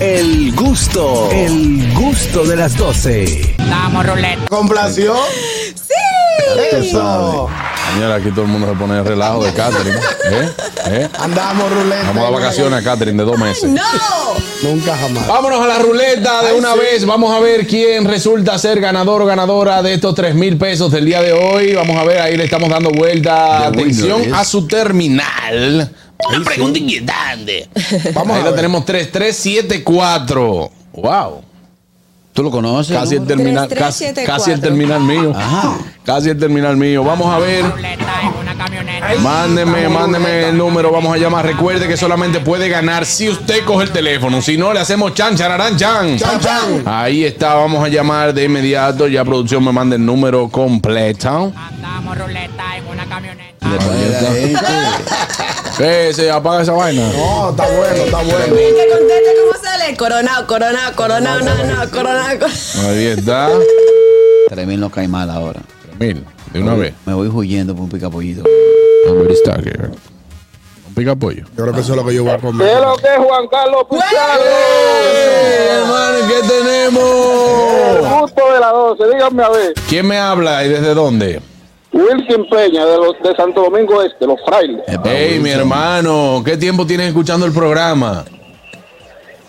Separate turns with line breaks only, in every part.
El gusto, el gusto de las 12.
Vamos, ruleta.
¿Complació?
¡Sí!
Eso.
Señora, aquí todo el mundo se pone de relajo de Catherine. ¿eh? ¿Eh?
Andamos ruleta.
Vamos a vacaciones a Catherine de dos meses.
¡No!
Nunca jamás.
Vámonos a la ruleta de una vez. Vamos a ver quién resulta ser ganador o ganadora de estos 3 mil pesos del día de hoy. Vamos a ver, ahí le estamos dando vuelta.
The
Atención
winner is-
a su terminal. Una pregunta inquietante. Vamos,
Vamos
ahí
a
la
ver.
tenemos 3374. ¡Wow!
¿Tú lo conoces?
Casi el
Alma?
terminal,
Tres, tres,
casi,
siete,
casi el
cuatro.
terminal mío.
Ajá.
Casi el terminal mío. Vamos a ver.
Ruleta en una camioneta.
Mándeme, mándeme el número, vamos a llamar. Recuerde que solamente puede ganar si usted coge el teléfono. Si no, le hacemos chan, chararán, chan.
Chan, chan.
Ahí está, vamos a llamar de inmediato. Ya producción me manda el número completo.
Andamos ruleta en una camioneta.
Le pagué
Ahí.
el
¿Qué? Eh, ¿Se apaga esa vaina?
No, está bueno, está bueno.
Y que conteste cómo sale. Coronado, coronado, coronado, no, no, coronado. coronado.
Ahí está.
3000 no cae mal ahora.
Mil, de una vez.
Me voy huyendo por un picapollito.
Ahí está, que- Un pica pollo.
Yo creo que eso es lo que yo voy a
¿Qué es
comer.
lo que es Juan Carlos
¡Eh,
Pizarro?
hermano, ¿qué tenemos?
El gusto de las 12, díganme a ver.
¿Quién me habla y desde dónde?
Wilkin Peña, de, los, de Santo Domingo Este, los frailes.
El Pablo
Hey, mi
Wilson.
hermano, ¿qué tiempo tienes escuchando el programa?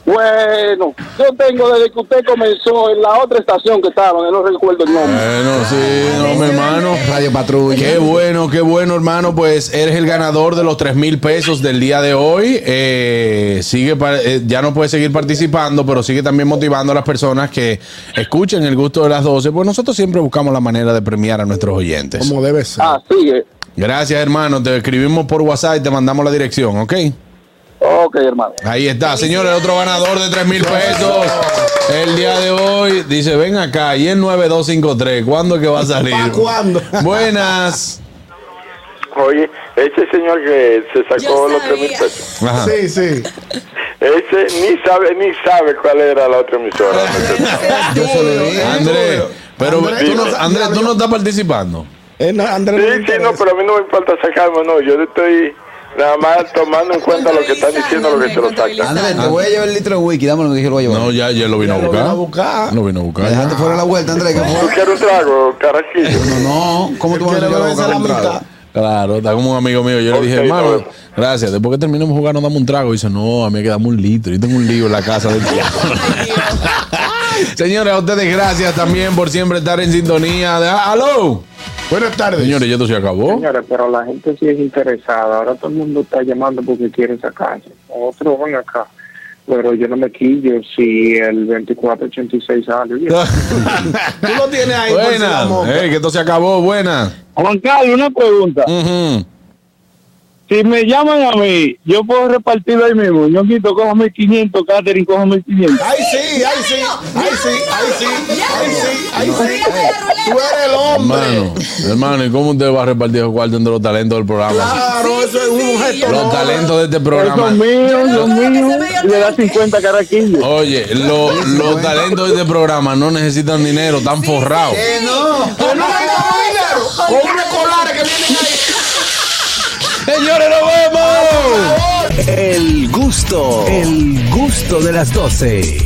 Bueno, yo tengo desde que usted comenzó en la otra estación que estaba, no recuerdo el
Eh.
nombre.
Bueno, sí, Eh, no, mi hermano.
Ah, Radio Patrulla.
Qué bueno, qué bueno, hermano. Pues eres el ganador de los 3 mil pesos del día de hoy. Eh, sigue, par- eh, ya no puedes seguir participando, pero sigue también motivando a las personas que escuchen el gusto de las 12. Pues nosotros siempre buscamos la manera de premiar a nuestros oyentes.
Como debe ser.
Así es.
Gracias, hermano. Te escribimos por WhatsApp y te mandamos la dirección, ¿ok?
Ok, hermano.
Ahí está, señores, otro ganador de 3 mil pesos. El día de hoy dice, ven acá, y el 9253, ¿cuándo es que va a salir?
¿Pa' cuándo?
Buenas.
Oye, ese señor que se
Yo
sacó los tres mil
sabía.
pesos,
Ajá.
Sí, sí.
ese ni sabe, ni sabe cuál era la otra emisora.
Yo se lo dije.
Andrés, pero
Andrés,
tú no,
dime.
Andrés, tú no estás participando.
Eh, no, Andrés, no
sí,
le
sí, no,
interesa.
pero a mí no me importa sacarme, no, yo le estoy nada más tomando en cuenta lo que están diciendo, lo que se lo sacan.
Andrés, te voy a llevar el litro de whisky. Dámelo que yo lo voy a llevar.
No, ya, ya lo vino a
lo
buscar.
vino a buscar.
Lo vino a
Me
buscar.
dejaste fuera la vuelta, Andrés. que
¿Tú
fue-
quieres un trago, carajillo?
No, no. ¿Cómo tú vas a
Quiere
llevar la
beberse
boca
la
con
mitad.
trago?
Claro, está como un amigo mío. Yo le
Ok,
dije, hermano,
bueno.
gracias. Después que terminemos jugando, dame un trago. Y dice, no, a mí hay que darme un litro. Yo tengo un lío en la casa del diablo. Señores, a ustedes gracias también por siempre estar en sintonía. De- Ah, ¡Aló!
Buenas tardes.
Señores, ya esto se acabó.
Señores, pero la gente sí es interesada. Ahora todo el mundo está llamando porque quiere sacarse. Otros van acá. Pero yo no me quillo si el 2486 sale. bien.
Tú lo tienes ahí. por si la
Buenas.
mosca.
Ey, que esto se acabó. Buenas.
Juan Carlos, una pregunta.
Ujú.
Si me llaman a mí, yo puedo repartir ahí mismo. Yo quito, cojo 1500, Catherine, cojo 1500.
Ay, sí, ay, sí. Ay, sí, ay, sí. Ay, sí, ay, sí. Tú eres el hombre.
Hermano, hermano, ¿y cómo usted va a repartir el cuarto entre los talentos del programa?
Claro, eso es un gesto.
Los talentos de este
Eso es
programa.
mío,
Yo
yo
no creo que
mío.
se me haya
Y le da
olvidado.
50 carajillos.
Oye, lo- los talentos de este programa no necesitan dinero, están forrados.
Que no. Que no mandamos dinero. Con unos colares que vienen ahí.
Señores, nos vemos.
El gusto, el gusto de las 12.